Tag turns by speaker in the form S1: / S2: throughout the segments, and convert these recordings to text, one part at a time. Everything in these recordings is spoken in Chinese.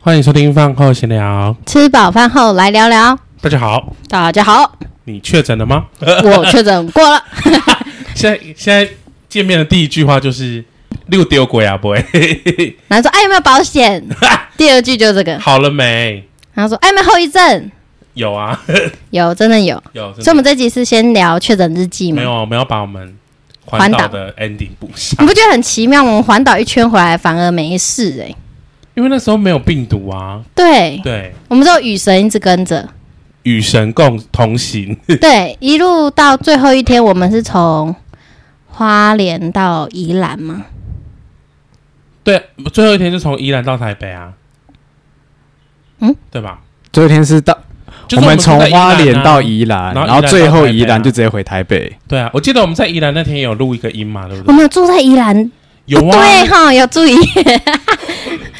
S1: 欢迎收听饭后闲聊。
S2: 吃饱饭后来聊聊。
S1: 大家好，
S2: 大家 好，
S1: 你确诊了吗？
S2: 我确诊过了，
S1: 现在现在见面的第一句话就是六丢鬼啊，不 会
S2: 然后说哎有没有保险？第二句就这个，
S1: 好了没？
S2: 然后说哎有没有后遗症？
S1: 有啊，
S2: 有，真的有。
S1: 有。啊真的
S2: 所以我们这集是先聊确诊日记
S1: 没
S2: 吗？
S1: 有，我们要把我们环岛
S2: 环岛
S1: 的 ending 补上，
S2: 你不觉得很奇妙？我们环岛一圈回来反而没事哎、
S1: 因为那时候没有病毒啊。
S2: 对，
S1: 对，
S2: 我们只有雨神一直跟 着，
S1: 与神共同行，
S2: 对，一路到最后一天，我们是从花莲到宜兰嘛，
S1: 对，最后一天就从宜兰到台北啊，
S2: 嗯，
S1: 对吧？
S3: 最后一天是到
S1: 就是
S3: 我们从
S1: 在宜兰啊
S3: 花莲到宜兰，
S1: 然
S3: 然
S1: 后宜兰
S3: 后最后
S1: 到台北
S3: 宜
S1: 啊
S3: 兰就直接回台北。
S1: 对啊，我记得我们在宜兰那天有录一个音嘛，对不
S2: 我
S1: 对？
S2: 们有住在宜兰，
S1: 有
S2: 不
S1: 啊，
S2: 对哈，有注意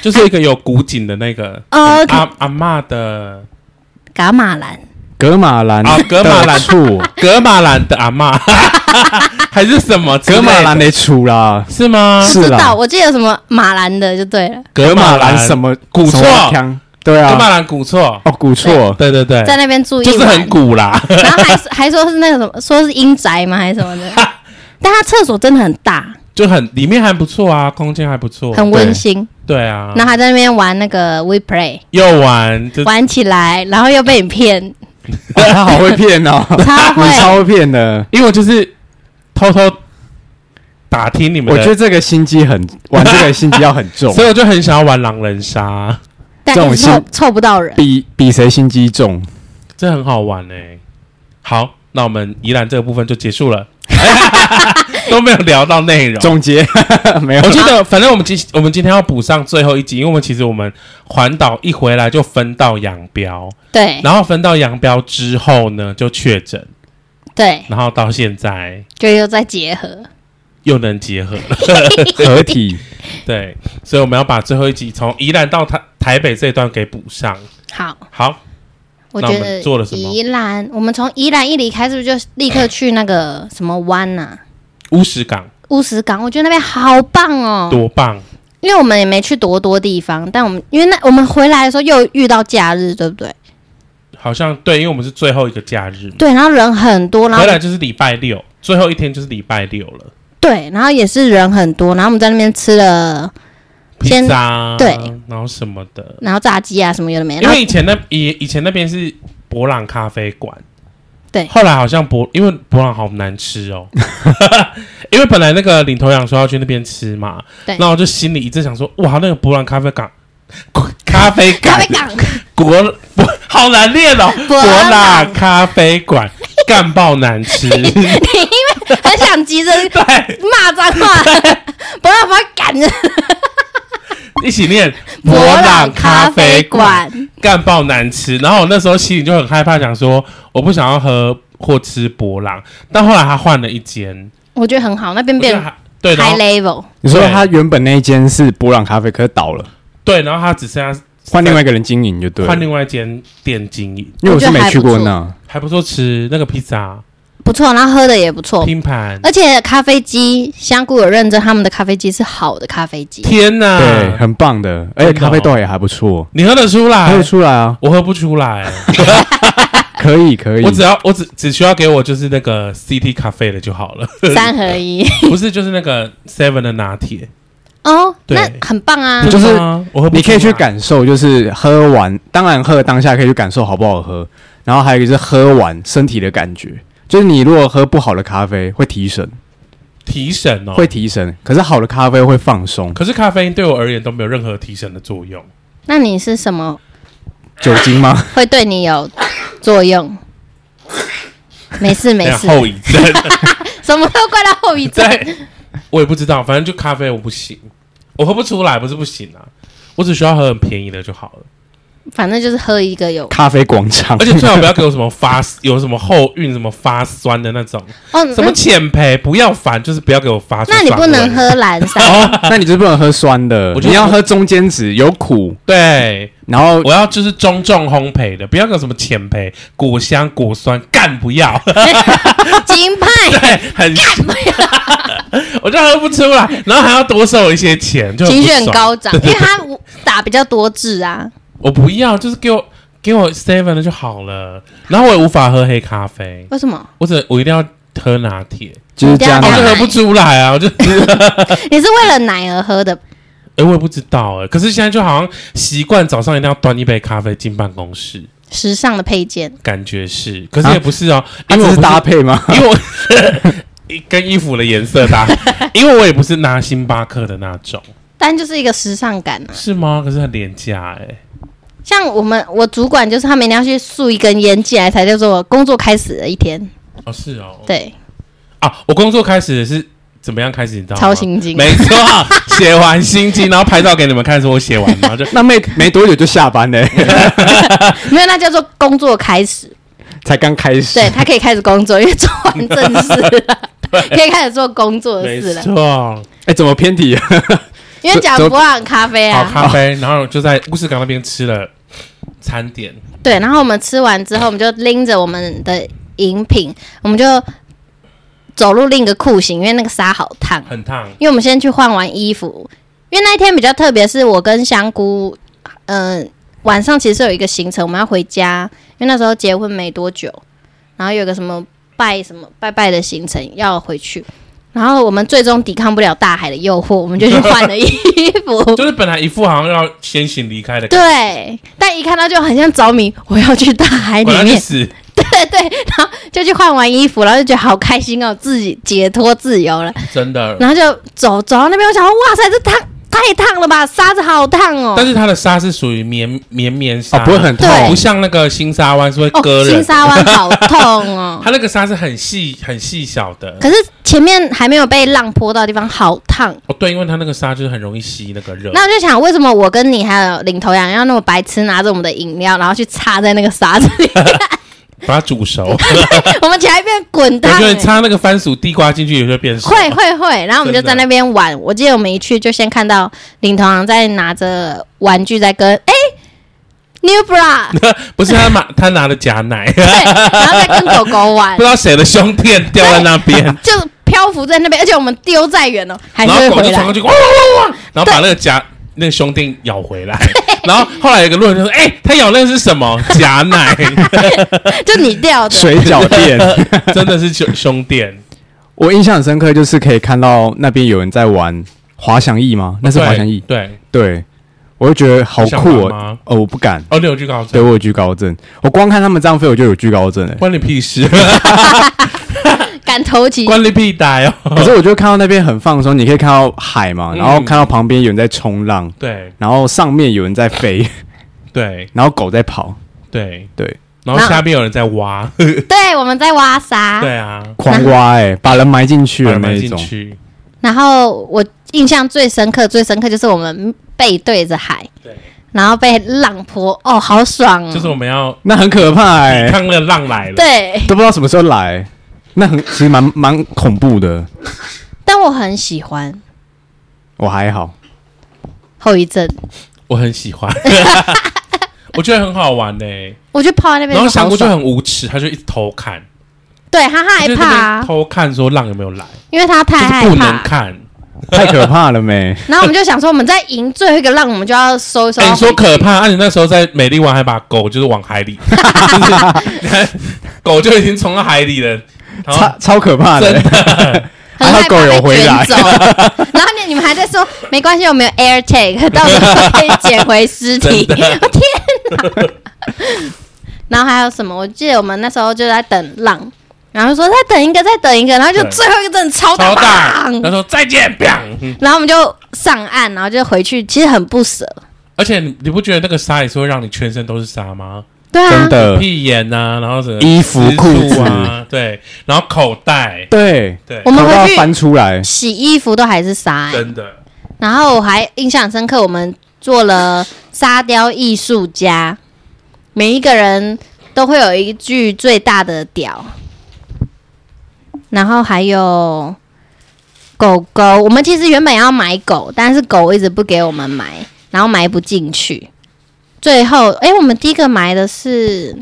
S1: 就是一个有古井的那个
S2: 哦，OK
S1: 阿阿嬷的
S2: 噶玛兰，
S3: 格马兰
S1: 啊格马兰
S3: 的处，
S1: 格马兰的阿嬷， 还是什 么之类
S3: 格
S1: 的？
S3: 马兰的处啦，
S1: 是吗？
S3: 是
S2: 知道，
S3: 啦，
S2: 我记得有什么马兰的就对了，
S3: 格马兰什么
S1: 古
S3: 什
S1: 厝
S3: 么，腔？对
S1: 格马
S3: 啊，
S1: 兰古错，
S3: 哦，古 厝，
S1: 对对对，
S2: 在那边住一晚，
S1: 就是很古啦。
S2: 然后还还说是那个什么，说是阴宅吗还是什么的，但他厕所真的很大，
S1: 就很里面还不错啊，空间还不错。
S2: 很温馨，
S1: 对啊，
S2: 然后还在那边玩那个 We Play，
S1: 又玩就
S2: 玩起来，然后又被你 骗，
S3: 哦他好会骗哦，
S2: 超
S3: 你
S2: 会，
S3: 超会骗的。
S1: 因为我就是偷偷打听你们
S3: 我觉得
S1: 的，
S3: 这个心机很，玩这个心机要很重
S1: 所，以我就很想要玩狼人杀，
S2: 但
S3: 这种
S2: 一直凑
S3: 心
S2: 凑不到人。
S3: 比比谁心机重。
S1: 这很好玩哎、好，那我们宜兰这个部分就结束了， 都没有聊到内容。
S3: 总结 没有
S1: 我，记得，反正我们今我们今天要补上最后一集，因为我们其实我们环岛一回来就分道扬镳，
S2: 对
S1: 然后分道扬镳之后呢就确诊，
S2: 对，
S1: 然后到现在
S2: 就又再结合，
S1: 又能结合了，
S3: 合体
S1: 对，啊所以我们要把最后一集从宜兰到台台北这一段给补上。
S2: 好，
S1: 好，
S2: 我
S1: 那我
S2: 觉
S1: 们
S2: 得
S1: 做了什么
S2: 宜兰，我们从宜兰一离开，是不是就立刻去那个什么湾呐、
S1: 乌石港
S2: 乌石港，我觉得那边好棒哦，
S1: 多棒！
S2: 因为我们也没去多多地方，但我们因为那我们回来的时候又遇到假日，对不对？
S1: 好像对，因为我们是最后一个假日嘛，
S2: 对，然后人很多，然后
S1: 回来就是礼拜六，最后一天就是礼拜六了。
S2: 对，然后也是人很多，然后我们在那边吃了，
S1: 披
S2: 先
S1: 萨啊
S2: 对，
S1: 然后什么的，
S2: 然后炸鸡啊什么有的没，
S1: 因
S2: 然后
S1: 为以前那以以前那边是博朗咖啡馆，
S2: 对
S1: 后来好像博因为博朗好难吃哦， 因为本来那个领头羊说要去那边吃嘛，
S2: 对
S1: 那我就心里一直想说，哇，那个博朗咖啡港。咖啡
S2: 咖
S1: 馆
S2: 啡港
S1: 国博好难念 哦，
S2: 博朗
S1: 朗咖啡馆干爆难 吃，对
S2: 很想急着骂脏话，不要把它 赶着
S1: 一起念博
S2: 博
S1: 朗
S2: 朗
S1: 咖
S2: 咖
S1: 啡
S2: 啡
S1: 馆
S2: 馆，
S1: 干爆难吃。然后我那时候心里就很害怕，想说我不想要喝或吃博朗，但后来他换了一间，
S2: 我觉得很好，那边
S1: 我觉
S2: 变
S1: 得还对，然
S2: high
S1: 后
S2: level，
S3: 你说
S1: 对
S3: 他原本那一间是波朗咖啡，可是倒了，
S1: 对，然后他只剩下
S3: 换另外一个人经营就对了。
S1: 换另外一间店经营，
S3: 因为我是没去过
S2: 我觉得
S3: 那，
S1: 还不错吃，那个披萨
S2: 不错，然后喝的也不错，
S1: 拼盘，
S2: 而且咖啡机香菇有认证，他们的咖啡机是好的咖啡机，
S1: 天哪、
S3: 对，很棒的，而且咖啡豆也还不错，
S1: 你喝得出
S3: 喝
S1: 来
S3: 得？出来啊，
S1: 我喝不出来，
S3: 可以可以
S1: 哎我。只要我只只需要给我就是那个 CT 咖啡的就好了，
S2: 三合一
S1: 不是就是那个 Seven 的拿铁，
S2: 哦，
S1: 对
S2: 那很棒啊
S3: 你，就是
S1: 真的吗我喝不出来，
S3: 你可以去感受，就是喝完，当然喝当下可以去感受好不好喝，然后还有一个是喝完身体的感觉，就是你如果喝不好的咖啡会提神，
S1: 提神哦，
S3: 会提神，可是好的咖啡会放松，
S1: 可是咖啡因对我而言都没有任何提神的作用。
S2: 那你是什么
S3: 酒精吗？
S2: 会对你有作用？没事没
S1: 有
S2: 事，
S1: 后遗症，
S2: 什么都怪到后遗症。
S1: 对，我也不知道，反正就咖啡我不行，我喝不出来，不是不行啊，我只需要喝很便宜的就好 了，
S2: 反正就是喝一个有
S3: 咖啡广场，
S1: 而且最好不要给我什么发有什么后韵、什么发酸的那种，
S2: 哦，
S1: 什么
S2: 那
S1: 浅培不要烦，就是不要给我发出
S2: 那你
S1: 酸
S2: 不
S1: 味
S2: 能喝蓝山，
S1: 哦
S3: 那你就不能喝酸的
S1: 我，觉得
S3: 你要喝中间值，有苦，
S1: 对，
S3: 然后
S1: 我要就是中重烘焙的，不要个什么浅焙、果香、果酸，干不要，
S2: 金啊牌
S1: 对，很，我就喝不出来，然后还要多收一些钱，就很
S2: 情绪很
S1: 不爽
S2: 高涨，
S1: 对
S2: 因
S1: 对
S2: 为他打比较多字啊。
S1: 我不要，就是给我给我 seven 的就好了，然后我也无法喝黑咖啡，
S2: 为什么？
S1: 我只我一定要喝拿铁，哦
S3: 就是
S1: 我
S3: 加
S2: 你
S1: 就
S2: 这样
S3: 奶
S1: 喝不出来啊，我就。
S2: 你是为了奶而喝的？
S1: 哎、我也不知道哎、可是现在就好像习惯早上一定要端一杯咖啡进办公室，
S2: 时尚的配件，
S1: 感觉是，可是也不是哦、
S3: 它
S1: 因为我
S3: 只啊是
S1: 不
S3: 搭配 吗？
S1: 因为我跟衣服的颜色 搭，因为我也不是拿星巴克的那种，
S2: 但就是一个时尚感啊。
S1: 是吗？可是很廉价哎、
S2: 像我们我主管就是他每天要去竖一根烟进来，才叫做工作开始的一天。
S1: 哦，是哦，
S2: 对，
S1: 啊，我工作开始是怎么样开始？你知道吗？
S2: 超心经。
S1: 哦没错，写完心经，然后拍照给你们看，说我写完，然后就
S3: 那没没多久就下班嘞，
S2: 没有，那叫做工作开始。
S3: 才刚开始。
S2: 对他可以开始工作，因为做完正事 了，可以开始做工作的
S1: 没
S2: 事了。
S1: 错，
S3: 哎，怎么 偏题了？
S2: 因为讲
S3: 走
S2: 不让咖啡
S1: 好
S2: 啊，
S1: 咖啡，然后就在乌石港那边吃了餐点，
S2: 对。然后我们吃完之后，我们就拎着我们的饮品，我们就走入另一个酷刑，因为那个沙好烫。
S1: 很烫。
S2: 因为我们先去换完衣服，因为那一天比较特别，是我跟香菇，嗯、晚上其实有一个行程，我们要回家，因为那时候结婚没多久，然后有个什么拜什么拜拜的行程要回去，然后我们最终抵抗不了大海的诱惑，我们就去换了衣服。
S1: 就是本来一副好像要先行离 开的感
S2: 对，但一看到就很像着迷，我要去大海
S1: 觉，
S2: 哎里
S1: 果然去
S2: 面，
S1: 死，
S2: 对对， 然后就去换完衣服，然后就觉得好开心哦，自己解脱自由了。
S1: 真 的。
S2: 然后就走走到那边，我想说，哇塞，这烫太烫了吧，沙子好烫哦。
S1: 但是它的沙是属于绵绵绵沙，
S3: 啊，不会很痛。
S2: 对
S1: 不像那个新沙湾是会割
S2: 哦，
S1: 人，
S2: 金沙湾好痛哦。
S1: 它那个沙是很细很细小的。
S2: 可是前面还没有被浪泼到的地方好烫，
S1: 哦，对，因为它那个沙就是很容易吸那个热。
S2: 那我就想，为什么我跟你还有领头羊要那么白痴，拿着我们的饮料，然后去插在那个沙子里，
S1: 把它煮熟。
S2: 我们起来变滚
S1: 有
S2: 烫、
S1: 些人
S2: 欸。
S1: 插那个番薯地瓜进去，也会变熟。
S2: 会会会，然后我们就
S1: 真的
S2: 在那边玩。我记得我们一去就先看到领头羊在拿着玩具在跟哎、New Bra，
S1: 不是他拿他拿了假奶，
S2: 对，然后在跟狗狗玩
S1: 不知，道谁的胸垫掉在那边，
S2: 就漂浮在那边，而且我们丢再远哦，还
S1: 然
S2: 是会
S1: 后狗
S2: 回
S1: 就冲
S2: 来
S1: 上。去，哇哇哇哇，然后把那个假那个胸垫咬回来。然后后来有个路人就说：“哎，他咬那个是什么？假 奶，
S2: 就你掉的，
S3: 水饺店，
S1: 真的是胸胸垫。”
S3: 我印象很深刻，就是可以看到那边有人在玩滑翔翼吗？那是滑翔翼。
S1: 对，
S3: 对，我就觉得好
S1: 你想玩
S3: 酷哦。
S1: 吗？
S3: 哦，我不敢，
S1: 哦，你有去高
S3: 对
S1: 中，
S3: 我有惧高症。我光看他们这样飞，我就有惧高症哎。
S1: 关你屁事，
S2: 敢投其
S1: 关你屁呆
S3: 可
S1: 哦。
S3: 是我就看到那边很放松，你可以看到海嘛，
S1: 嗯
S3: 然后看到旁边有人在冲浪，
S1: 对
S3: 然后上面有人在飞，
S1: 对
S3: 然后狗在跑，
S1: 对
S3: 对，
S1: 然后下面有人在挖，
S2: 对，我们在挖沙。
S1: 对啊，
S3: 狂挖哎、 把人埋进去
S1: 把
S3: 的
S1: 人
S3: 那
S1: 埋
S3: 一
S1: 进
S3: 种。
S1: 去，
S2: 然后我印象最深刻、最深刻就是我们背对着海，
S1: 对，
S2: 然后被浪泼，哦，好爽哦！
S1: 就是我们要
S3: 那很可怕哎、
S1: 看那个浪来了，
S2: 对，
S3: 都不知道什么时候来，那很其实蛮蛮恐怖的。
S2: 但我很喜欢
S3: 我还好，
S2: 后遗症，
S1: 我很喜 欢，我觉得很好玩呢。
S2: 我就泡在那边
S1: 然后
S2: 就
S1: 香
S2: 好
S1: 菇就
S2: 爽。
S1: 很无耻，他就一直偷看，
S2: 对他
S1: 他
S2: 害
S1: 就在
S2: 怕
S1: 那边
S2: 啊，
S1: 偷看说浪有没有来，
S2: 因为他太
S1: 就是
S2: 害
S1: 不能
S2: 怕。
S1: 看。
S3: 太可怕了没？
S2: 然后我们就想说，我们在赢最后一个浪，我们就要收一收。
S1: 哎，你说可怕？啊，你那时候在美丽湾还把狗就是往海里， 就是你看狗就已经冲到海里了，然后
S3: 超超可怕的、
S1: 真的。
S2: 很害
S3: 还好狗
S2: 怕
S3: 有
S2: 被
S3: 回来
S2: 卷走。 然后你你们还在说没关系，我们有 air tag，到时候可以捡回尸体。 我
S1: 真
S2: 天哪！然后还有什么？我记得我们那时候就在等浪，然后说再等一个，再等一个，然后就
S1: 对
S2: 最后一个真的超
S1: 超大
S2: 大，浪
S1: 他说再见，bang。
S2: 然后我们就上岸，然后就回去，其实很不舍。
S1: 而且你你不觉得那个沙也是会让你全身都是沙吗？
S2: 对啊
S3: 真，的，
S1: 屁眼呐、然后什么
S3: 呃衣服
S1: 吃
S3: 裤
S1: 醋啊，对，然后口袋，
S3: 对，
S1: 对
S2: 我，们
S3: 头
S2: 回
S3: 发
S2: 去
S3: 翻出来，
S2: 洗衣服都还是沙、欸，
S1: 真的
S2: 然后我还印象深刻，我们做了沙雕艺术家，每一个人都会有一句最大的屌，然后还有狗狗。我们其实原本要买狗，但是狗一直不给我们买，然后买不进去，最后，哎、我们第一个埋的是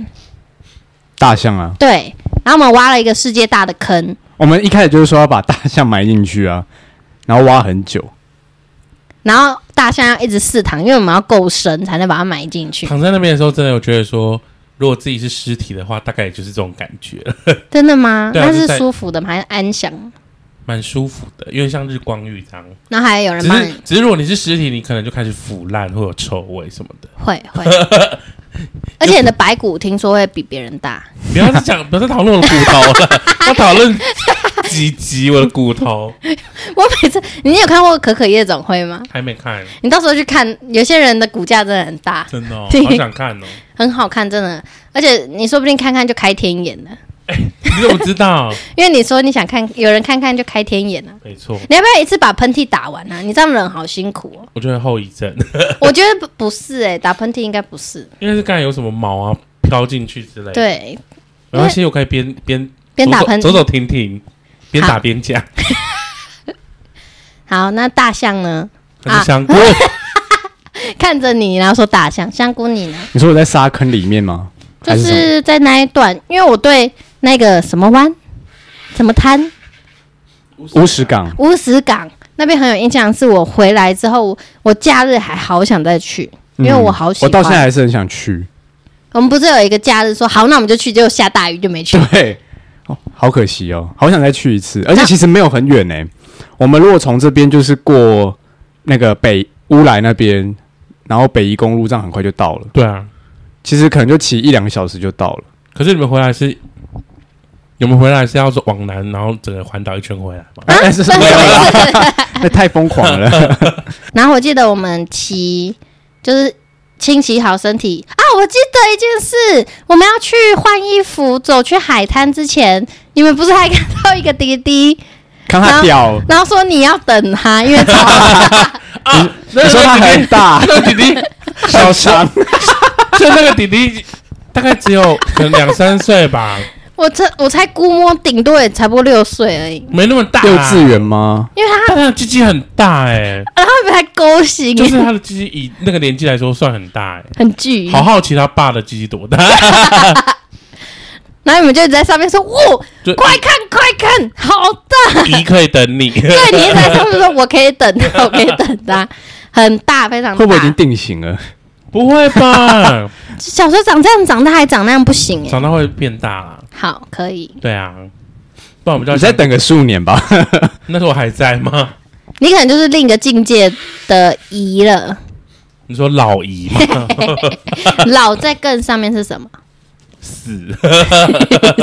S3: 大象啊，
S2: 对，然后我们挖了一个世界大的坑，
S3: 我们一开始就是说要把大象埋进去啊，然后挖很 久，
S2: 然后大象要一直试躺，因为我们要够深才能把它埋进去。
S1: 躺在那边的时候，真的有觉得说，如果自己是尸体的话，大概也就是这种感觉了，
S2: 真的吗？
S1: 对啊
S2: 那
S1: 就是在
S2: 舒服的吗？还是安详？
S1: 蛮舒服的，因为像日光浴这样。
S2: 然后还有人
S1: 只
S2: 帮
S1: 是
S2: 你
S1: 只是如果你是尸体，你可能就开始腐烂，会有臭味什么的。
S2: 会 会，而且你的白骨听说会比别人大，
S1: 不要再讲，不要再讨论我的骨头了， 要讨论几集我的骨头
S2: 我每次你有看过可可夜总会吗？
S1: 还没看，
S2: 你到时候去看，有些人的骨架真的很大，
S1: 真的、哦、
S2: 对
S1: 好想看哦。
S2: 很好看，真的。而且你说不定看看就开天眼了，
S1: 你怎么知道？
S2: 因为你说你想看，有人看看就开天眼了。
S1: 没错，
S2: 你要不要一次把喷嚏打完啊？你这样人好辛苦 哦。
S1: 我觉得后遗症，
S2: 我觉得不不是哎、打喷嚏应该不是。
S1: 因为是刚才有什么毛啊飘进去之类的。，
S2: 对，
S1: 没关系，我可以边边
S2: 边打
S1: 走走
S2: 喷嚏
S1: 走走停停，边打边讲。
S2: 好，那大象呢？
S1: 很香
S2: 啊
S1: 菇，
S2: 看着你，然后说大象。香菇你呢？
S3: 你说我在沙坑里面吗？
S2: 就
S3: 还是什么
S2: 是在那一段，因为我对那个什么湾、什么滩、
S3: 乌石港
S2: 乌石港那边很有印象，是我回来之后，我假日还好想再去，因为
S3: 嗯
S2: 我好喜欢。
S3: 我到现在还是很想去。
S2: 我们不是有一个假日说好，那我们就去，结果下大雨就没 去。
S3: 对，哦，好可惜哦，好想再去一次，而且其实没有很远呢、我们如果从这边就是过那个北乌来那边，然后北宜公路这样很快就到了，
S1: 对啊。
S3: 其实可能就骑一两个小时就到了。
S1: 可是你们回来是，你们回来是要说往南，然后整个环岛一圈回来
S2: 啊
S1: 吗？
S3: 哎、是
S2: 为
S3: 没有
S2: 什么
S3: 啦，那太疯狂了。
S2: 然后我记得我们骑就是清洗好身体啊，我记得一件事，我们要去换衣服，走去海滩之前，你们不是还看到一个滴滴，
S3: 看他屌，
S2: 然后说你要等他，因为超
S1: 啊，
S3: 你说他 很大，
S1: 那弟弟，
S3: 小长，
S1: 就那个弟弟，大概只有可能两三岁吧，
S2: 我这我才估摸顶多也才不过六岁而已，
S1: 没那么大、
S3: 幼稚，园吗？
S2: 因为
S1: 但他的鸡鸡很大哎、
S2: 他然后还勾心，
S1: 就是他的鸡鸡以那个年纪来说算很大哎、
S2: 很巨。
S1: 好好奇他爸的鸡鸡多大，
S2: 然后你们就一直在上面说：“哦，
S1: 就
S2: 快看快看，好大！”
S1: 姨可以等 你，
S2: 对，你一直在上面说：“我可以等他，我可以等他。”很大，非常大。
S3: 会不会已经定型了？
S1: 不会吧？
S2: 小时候长这样，长大还长那样不行哎。
S1: 长大会变大啦，
S2: 好，可以。
S1: 对啊，不然我们就要
S3: 你再等个数 年吧。
S1: 那时候我还在吗？
S2: 你可能就是另一个境界的姨了。
S1: 你说老姨吗？
S2: 老在更上面是什么？
S1: 死，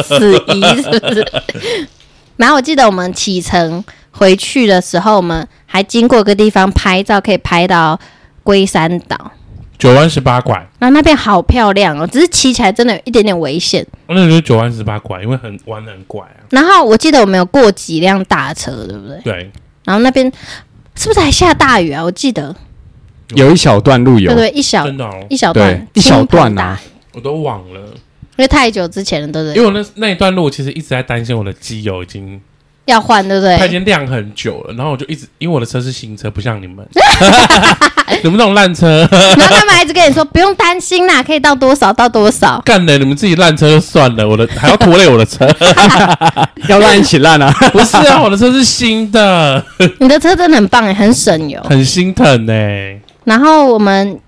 S2: 死姨是不是？然后我记得我们启程回去的时候，我们还经过一个地方拍照，可以拍到龟山岛。
S1: 九弯十八拐，
S2: 然后那边好漂亮哦，只是骑起来真的有一点点危险。
S1: 那就是九弯十八拐，因为很弯很拐啊。
S2: 然后我记得我们有过几辆大车，对不对？
S1: 对，
S2: 然后那边是不是还下大雨啊？我记得，
S3: 有一小段路
S2: 对
S3: 有
S2: 不，对？一小
S1: 真的、哦，
S2: 一小
S3: 对
S2: 段，，
S3: 一小段
S2: 呐、
S3: 啊，
S1: 我都忘了，
S2: 因为太久之前了，对不
S1: 因
S2: 对？
S1: 为我那那一段路，我其实一直在担心我的机油已经
S2: 要换，对不
S1: 它已
S2: 对？
S1: 经晾很久了，然后我就一直因为我的车是新车，不像你 们，你们那种烂车，
S2: 然后他们还一直跟你说不用担心啦，可以到多少到多少。
S1: 干的你们自己烂车就算了，我的还要拖累我的 车，
S3: 要烂一起烂啊！
S1: 不是啊，我的车是新的，
S2: 你的车真的很棒耶，很省油。
S1: 很心疼欸呢、
S2: 然后我们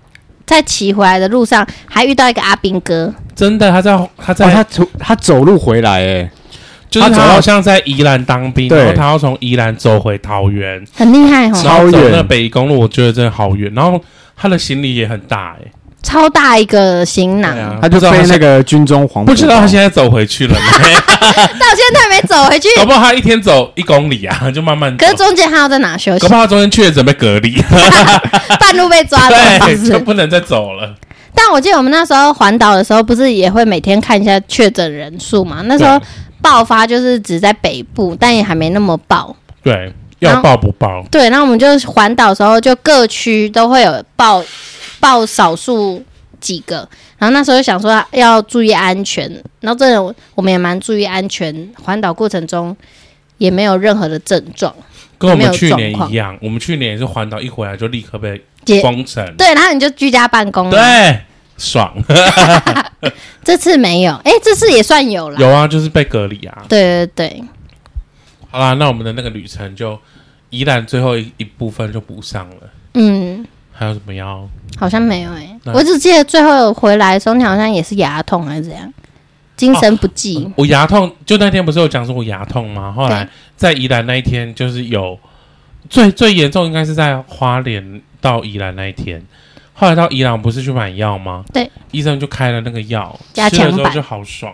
S2: 在骑回来的路上还遇到一个阿兵哥，
S1: 真的，他在他 在、
S3: 哦，他走他走路回来、欸，
S1: 就是
S3: 他
S1: 他
S3: 走到
S1: 好像在宜兰当兵，
S3: 对
S1: 然后他要从宜兰走回桃园，
S2: 很厉害
S1: 然
S2: 哦，
S1: 后
S3: 超
S1: 走
S3: 远
S1: 那北宜公路，我觉得真的好远，然后他的行李也很大哎、
S2: 超大一个行囊，
S1: 对啊
S3: 他就
S1: 不知道
S3: 被
S1: 他
S3: 那个军中黄
S1: 哦不知道
S3: 他
S1: 他现在走回去了 没？
S2: 到现在没走 回去。
S1: 搞不好他一天走一公里啊，就慢慢走
S2: 可是，中间还要在哪休息
S1: 搞不？好他中间去了准备隔离。
S2: 半路被抓走是不？
S1: 对，就是不能再走了。
S2: 但我记得我们那时候环岛的时候，不是也会每天看一下确诊人数嘛？那时候爆发就是只在北部，但也还没那么爆。
S1: 对，
S2: 然
S1: 要
S2: 后
S1: 报不报？
S2: 对，那我们就环岛的时候，就各区都会有报报少数几个，然后那时候就想说啊要注意安全，然后这种我们也蛮注意安全，环岛过程中也没有任何的症状。
S1: 跟我
S2: 没有
S1: 们去年
S2: 状况
S1: 一样，我们去年也是环岛一回来就立刻被
S2: 也
S1: 封城。
S2: 对，然后你就居家办公了，啊
S1: 对，爽。
S2: 这次没有，哎，这次也算有啦。
S1: 有啊，就是被隔离啊。
S2: 对对对，
S1: 好啦，那我们的那个旅程就宜兰最后一一部分就补上了。
S2: 嗯，
S1: 还有什么要？
S2: 好像没有哎、
S1: 那
S2: 我只记得最后回来的时候，你好像也是牙痛还是怎样，精神不济。
S1: 我牙痛，就那天不是有讲说我牙痛吗？后来在宜兰那一天，就是有最最严重应该是在花莲到宜兰那一天。后来到宜兰不是去买药吗？
S2: 对，
S1: 医生就开了那个药，
S2: 加
S1: 吃了
S2: 强
S1: 之后
S2: 版
S1: 就好爽，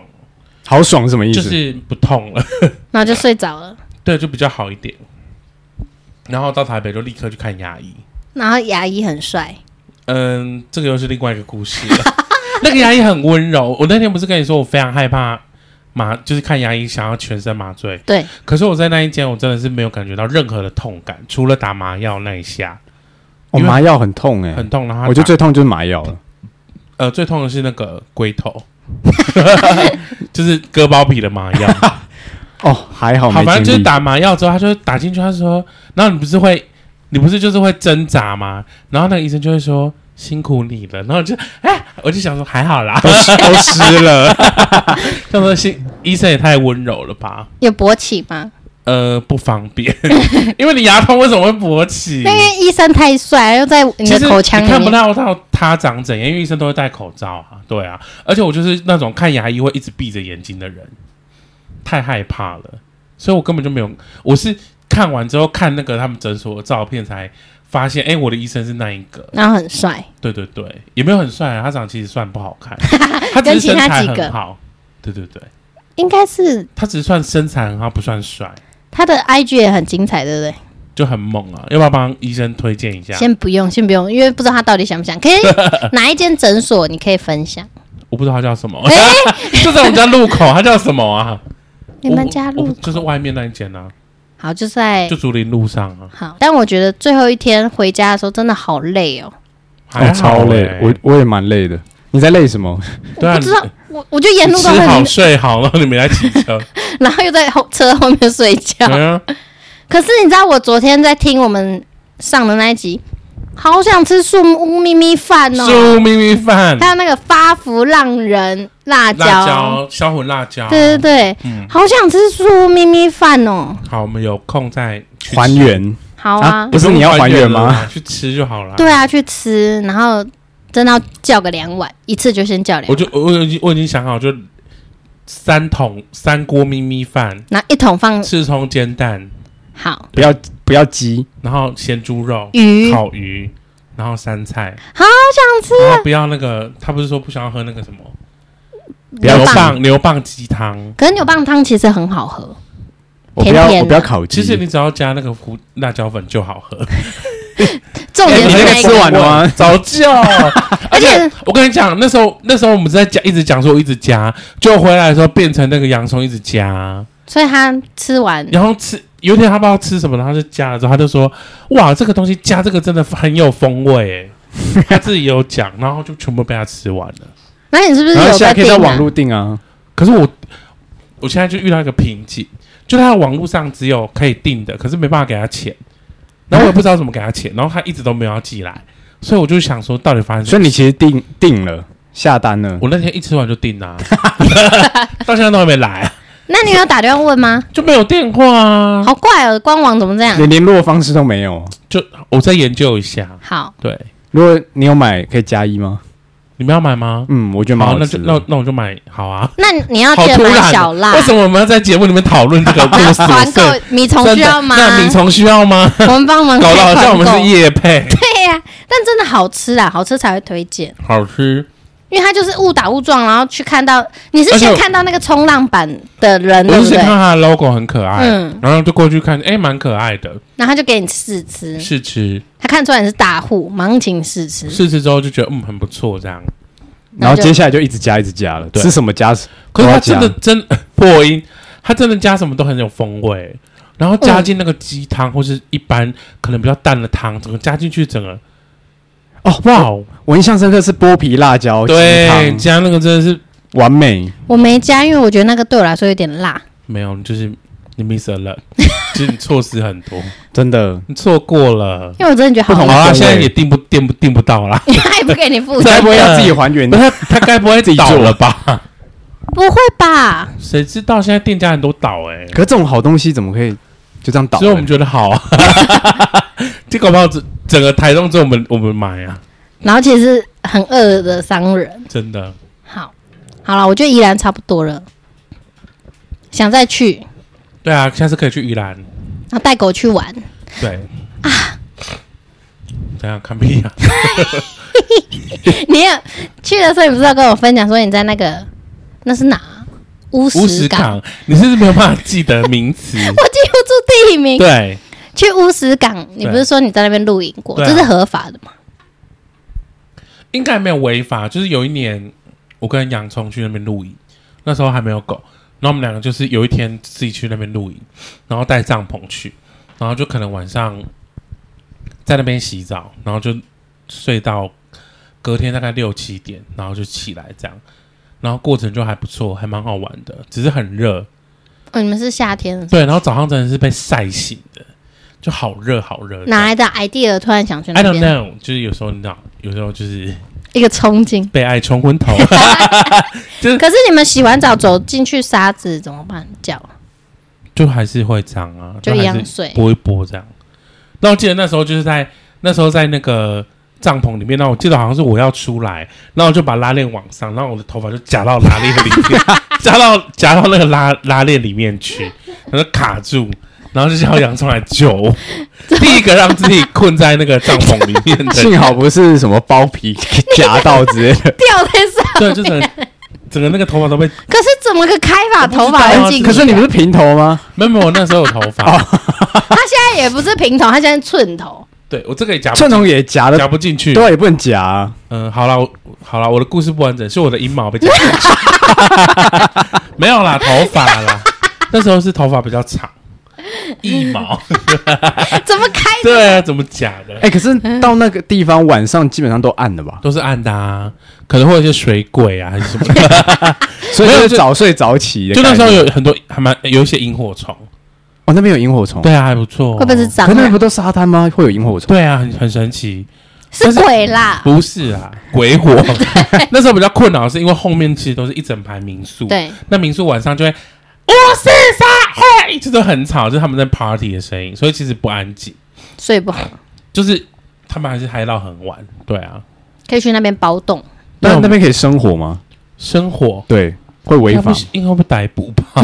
S3: 好爽是什么意
S1: 就
S3: 思？
S1: 是不痛了，
S2: 然后就睡着了，
S1: 对，就比较好一点。然后到台北就立刻去看牙医，
S2: 然后牙医很帅，
S1: 嗯，这个又是另外一个故事了。 那个牙医很温柔，我那天不是跟你说我非常害怕麻，就是看牙医想要全身麻醉，
S2: 对，
S1: 可是我在那一间我真的是没有感觉到任何的痛感，除了打麻药那一下
S3: 哦，
S1: 因为
S3: 麻药很痛哎、
S1: 很痛，然后他
S3: 我觉得
S1: 打
S3: 最痛就是麻药了。
S1: 呃最痛的是那个龟头， 就是割包皮的麻药。
S3: 哦，还好
S1: 好，
S3: 没
S1: 反正就
S3: 经
S1: 是
S3: 历。哦
S1: 打麻药之后，他就打进去，他说，然后你不是会，你不是就是会挣扎吗？然后那个医生就会说辛苦你了，然后我就哎，我就想说还好啦，
S3: 都湿都湿了，
S1: 他说心医生也太温柔了吧。
S2: 有勃起吗？
S1: 呃，不方便， 因为你牙痛为什么会勃起？
S2: 那因为医生太帅，又在你
S1: 嗯其
S2: 的
S1: 实
S2: 口腔
S1: 你看
S2: 里
S1: 不
S2: 面，
S1: 到到他长怎样，因为医生都会戴口罩啊，对啊。而且我就是那种看牙医会一直闭着眼睛的人，太害怕了，所以我根本就没有。我是看完之后看那个他们诊所的照片才发现，哎、我的医生是那一个。
S2: 然后很帅，
S1: 对对对，也没有很帅、啊，他长其实算不好看， 他只
S2: 跟
S1: 是
S2: 其
S1: 身
S2: 他
S1: 材
S2: 几个
S1: 很好。对对对，
S2: 应该是
S1: 他只是算身材很好，不算 帅，
S2: 他的 IG 也很精彩，对不对？
S1: 就很猛啊！要不要帮医生推荐一下？
S2: 先不用，先不用，因为不知道他到底想不想。 可以哪一间诊所你可以分享？
S1: 我不知道他叫什
S2: 哎
S1: 么， 就在我们家路口，他叫什么啊？
S2: 你们家
S1: 我我
S2: 路
S1: 哦就是外面那一间啊，
S2: 好，就在
S1: 就竹林路上
S3: 哦
S1: 啊，
S2: 好。但我觉得最后一天回家的时候真的好累哦，
S1: 还
S3: 哦、超累，我
S1: 我
S3: 我也蛮累的。你在累什么？
S1: 对啊，
S2: 不知道
S1: 你
S2: 我我就沿
S1: 你
S2: 路都
S1: 吃好
S2: 很，
S1: 睡好，然后你没来骑 车，
S2: 然后又在后车后面睡觉。
S1: 对啊，
S2: 可是你知道，我昨天在听我们上的那一集，好想吃树木咪咪饭哦，
S1: 素咪咪饭，
S2: 还有那个发福浪人辣椒，
S1: 辣椒销魂辣椒，
S2: 对对对，
S1: 嗯
S2: 好想吃树木咪咪饭哦。
S1: 好，我们有空再去吃
S3: 还，原
S2: 好
S3: 啊
S2: 啊，
S3: 不是你要还原
S1: 了
S3: 吗？
S1: 啦？去吃就好了。
S2: 对啊，去吃，然后真的要叫个两碗，一次就先叫两
S1: 我
S2: 碗，
S1: 就我我已经我已经想好，就三桶三锅咪咪饭，
S2: 然后一桶放
S1: 刺葱煎蛋，
S2: 好
S3: 不要不要鸡，
S1: 然后咸猪肉、
S2: 鱼，好
S1: 烤鱼，然后山菜，
S2: 想吃啊
S1: 然后不要那个，他不是说不想要喝那个什么
S3: 不要
S1: 牛
S3: 吃
S1: 蒡牛蒡鸡汤。
S2: 可是牛蒡汤其实很好喝，
S3: 我不要
S2: 甜甜的
S3: 我不要烤鸡。
S1: 其实你只要加那个胡辣椒粉就好喝，
S2: 重
S3: 哎
S2: 点
S3: 你
S2: 是
S3: 那
S2: 那
S3: 个
S2: 一
S3: 吃
S2: 个，
S3: 完了吗？
S1: 早就。 而
S2: 而
S1: 且
S2: 且
S1: 我跟你讲，那时候那时候我们在讲，一直讲说我一直加，就回来的时候变成那个洋葱一直
S3: 嗯
S1: 加，
S2: 所以他吃完
S1: 然后吃有一天他不知道吃什么，然后就加了之后，他就说：“哇，这个东西加这个真的很有风 味。”哎，他自己有讲，然后就全部被他吃完了。
S2: 那你是不是
S3: 然后
S2: 有
S3: 现在
S2: 在
S3: 可
S2: 订
S3: 以在网
S2: 啊？
S3: 络订啊，
S1: 可是我我现在就遇到一个瓶颈，就他在网络上只有可以订的，可是没办法给他钱，然后我也不知道怎么给他钱，然后他一直都没有要寄来，所以我就想说，到底发生什
S3: 所
S1: 么
S3: 以你其实订订了下单了，
S1: 我那天一吃完就订啊， 到现在都还没来，
S2: 那你有打电话问吗？
S1: 就没有电话啊。
S2: 好怪哦，官网怎么这样？
S3: 连联络方式都没有。
S1: 我再研究一下。
S2: 好，
S1: 对，
S3: 如果你有买，可以加一吗？
S1: 你们要买吗？
S3: 嗯，我觉得蛮
S1: 好，
S3: 好
S1: 那就
S3: 吃的。
S1: 那那我就买，好啊。
S2: 那你要
S1: 好
S2: 记得
S1: 突
S2: 买
S1: 然
S2: 小
S1: 哦，
S2: 辣
S1: 为。什么我们要在节目里面讨论这个故
S2: 然后
S1: 事？
S2: 团购米虫
S1: 真
S2: 需
S1: 的
S2: 要吗？
S1: 那米虫需要吗？
S2: 我们帮忙
S1: 搞得好像我们是
S2: 一
S1: 夜配，
S2: 对呀、但真的好吃啊，好吃才会推荐。
S1: 好吃。
S2: 因为他就是误打误撞，然后去看到你是
S1: 而且
S2: 先
S1: 我
S2: 看到那个冲浪板的人，
S1: 我
S2: 对
S1: 就
S2: 不
S1: 是
S2: 对
S1: 看？到它的 logo 很可爱，
S2: 嗯
S1: 然后就过去看，哎，蛮可爱的，
S2: 然后他就给你试吃，
S1: 试吃，
S2: 他看出来你是大户，盲请试吃。
S1: 试吃之后就觉得嗯很不错这样。
S3: 然
S2: 那
S3: 后
S2: 就
S3: 接下来就一直加，一直加了，
S1: 对
S3: 吃什么加什么。
S1: 可是它
S3: 我要讲
S1: 真的真 破音，它真的加什么都很有风味，然后加进那个鸡汤或是一般可能比较淡的汤，整个加进去整个
S3: 哦，
S1: 哇
S3: 哇！
S1: 哦，
S3: 我印象深刻是剥皮辣椒鸡
S1: 对，
S3: 汤，
S1: 加那个真的是
S3: 完美。
S2: 我没加，因为我觉得那个对我来说有点辣。
S1: 没有，就是你 miss a lot，其 实你错失很多，
S3: 真的
S1: 你错过了。
S2: 因为我真的觉得好
S1: 好
S3: 不同
S1: 啦，
S3: 的
S1: 现在
S3: 位
S1: 也订不啊订不订不到 啦。
S2: 累，他也不给你付
S1: 真
S3: 该
S2: 钱
S1: 的，
S3: 不会要自己还 原
S1: 不？啊是他该不会
S3: 自己
S1: 倒
S3: 做
S1: 了吧？
S2: 不会吧？
S1: 谁知道现在店家很多倒哎、
S3: 可是这种好东西怎么可以就这样倒
S1: 所
S3: 呢？
S1: 以我们觉得好啊。 这搞不好整整个台中只有我们我们买啊，
S2: 然后其实很恶的商人。
S1: 真的。
S2: 好，好了，我觉得宜兰差不多了，想再去，
S1: 对啊，下次可以去宜兰。
S2: 然后带狗去玩。
S1: 对啊，怎样看屁啊？
S2: 你也去的时候，你不是要跟我分享说你在那个那是哪乌
S1: 乌
S2: 石
S1: 石
S2: 港？
S1: 港，你是不是没有办法记得名词？
S2: 我记不住地名。
S1: 对，
S2: 去乌石港，你
S1: 对
S2: 不是说你在那边露营过？
S1: 对啊
S2: 这是合法的吗？
S1: 应该没有违法。就是有一年，我跟洋葱去那边露营，那时候还没有狗，然后我们两个就是有一天自己去那边露营，然后带帐篷去，然后就可能晚上在那边洗澡，然后就睡到隔天大概六七点，然后就起来这样，然后过程就还不错，还蛮好玩的，只是很热，
S2: 哦，你们是夏天的时
S1: 对，然后早上真的是被晒醒的，就好热好热
S2: 候，
S1: 这
S2: 哪
S1: 样。
S2: 来的 idea 突然想去
S1: I
S2: 那
S1: don't
S2: 边？
S1: know，就是有时候你知道，有时候就是
S2: 一个冲劲。
S1: 被爱冲昏头。
S2: 可是你们洗完澡走进去沙子怎么办？脚
S1: 就还是会脏啊，
S2: 就一
S1: 还
S2: 样
S1: 是
S2: 水。
S1: 拨一拨这样。那我记得那时候就是在那时候在那个帐篷里面，那我记得好像是我要出来，然后我就把拉链往上，然后我的头发就夹到拉链里 面，夹到夹到那个拉拉链里面去，然后就卡住，然后就叫洋葱来救 我，第一个让自己困在那个帐篷里面 的人，
S2: 哦
S3: 幸好不是什么包皮夹到之类 的。
S2: 掉在沙。
S1: 对，就整个整个那个头发都被
S2: 可是怎么个开法？头发
S1: 我
S2: 会
S1: 不
S2: 进
S1: 知
S2: 去？
S1: 道啊
S3: 可是你不是平头吗？
S1: 没有没有，我那时候有头
S2: 哦
S1: 发，
S2: 他现在也不是平头，他现在是寸头。
S1: 对我这个也夹不
S3: 寸头也夹
S1: 夹
S3: 的，
S1: 不进去，
S3: 对啊，也不能夹啊。
S1: 嗯，好啦，我好啦，我的故事不完整，是我的阴毛被剪下去， 没有啦，头发啦，那时候是头发比较 长，一毛，
S2: 怎么开？
S1: 对啊，怎么假的？
S3: 哎，可是到那个地方晚上基本上都暗了吧？
S1: 都是暗的、啊，可能会有一些水鬼啊，还是什么的。
S3: 所以
S1: 没有
S3: 就是
S1: 就
S3: 早睡早起的
S1: 就
S3: 概
S1: 那
S3: 念。
S1: 时候有很多，还蛮有一些萤火虫，
S3: 哦，那边有萤火虫，
S1: 对啊，还不错、
S2: 会不会是？啊蟑
S3: 可那
S2: 螂？
S3: 不都沙滩吗？会有萤火虫？
S1: 对啊，很很神 奇，
S2: 是鬼啦！
S1: 不是啊，鬼 火。那时候比较困扰，是因为后面其实都是一整排民宿，
S2: 对，
S1: 那民宿晚上就会我是杀黑，这都很吵，就是他们在 party 的声音，所以其实不安静，
S2: 睡不好，
S1: 就是他们还是嗨到很晚。对啊，
S2: 可以去那边包栋。
S1: 那
S3: 那
S1: 我
S3: 那边可以生火吗？
S1: 生火
S3: 对，会违
S1: 应该
S3: 法
S1: 不。应该会被逮捕 吧？
S2: 还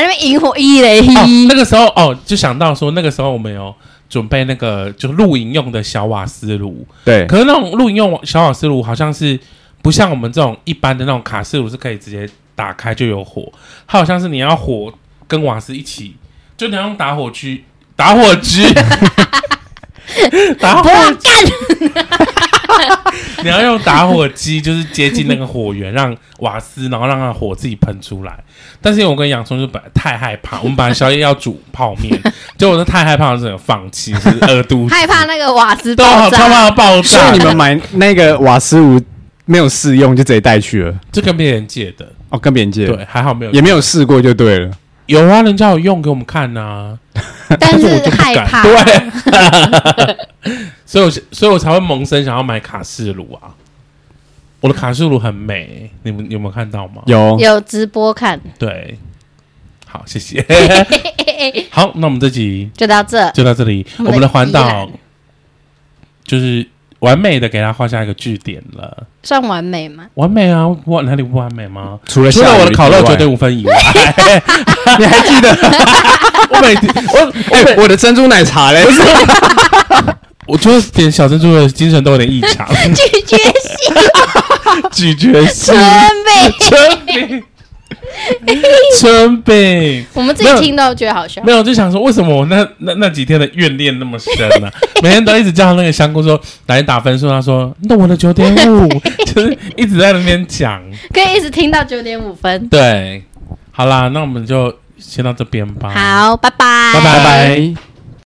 S2: 在那边萤火一雷
S1: 哦
S2: 一，
S1: 那个时候哦，就想到说那个时候我们有准备那个就露营用的小瓦斯炉，
S3: 对，
S1: 可是那种露营用小瓦斯炉好像是不像我们这种一般的那种卡式炉是可以直接打开就有火，它好像是你要火跟瓦斯一起，就你要用打火机，打火 机，打
S2: 不
S1: 火，
S2: 要干！
S1: 你要用打火机就是接近那个火源，让瓦斯，然后让它火自己喷出来。但是因为我跟洋葱就本来太害怕，我们本来宵夜要煮泡面，结果我就太害怕，我整个放弃，是二 度
S2: 害怕那个瓦斯
S1: 都好
S2: 爆
S1: 他
S2: 炸。
S1: 妈啊爆
S3: 所
S1: 炸，
S3: 以你们买那个瓦斯炉没有试用，就直接带去了。
S1: 就跟别人借的，
S3: 哦，跟别人借，
S1: 对，还好没有
S3: 也没有试过就对了。
S1: 有啊，人家有用给我们看呐、
S2: 但
S1: 我
S2: 是
S1: 就不
S2: 害
S1: 敢
S2: 怕，
S1: 对，啊 所以我所以我才会萌生想要买卡式炉啊。我的卡式炉很美，你们有没有看到吗？
S3: 有
S2: 有直播看，
S1: 对，好，谢谢。 好，那我们这集
S2: 就到这。
S1: 就到这里，
S2: 我
S1: 我
S2: 们
S1: 们
S2: 的
S1: 的环
S2: 宜
S1: 岛
S2: 兰
S1: 就是完美的给它画下一个句点了。
S2: 算完美吗？
S1: 完美啊，我哪里不完美吗？
S3: 除了
S1: 除了
S3: 下雨
S1: 我的烤肉
S3: 以外
S1: 绝对，五分以外，
S3: 你还记得？
S1: 我每天我我
S3: 哎
S1: 每，
S3: 我的珍珠奶茶嘞，
S1: 我就是点小珍珠的精神都有点异 常，
S2: 拒绝性
S1: 咀嚼系
S2: 完美，
S1: 春饼，春饼
S2: 我们自
S1: 嗯没
S2: 己
S1: 有
S2: 听到觉得好笑
S1: 没。有，就想说为什么我那那那几天的怨念那么深呢、 每天都一直叫那个香菇说来打分数，他说那我的九点五， 就是一直在那边讲。
S2: 可以一直听到九点五分。
S1: 对，好啦，那我们就先到这边吧。，
S2: 好，拜拜，
S1: 拜
S3: 拜拜。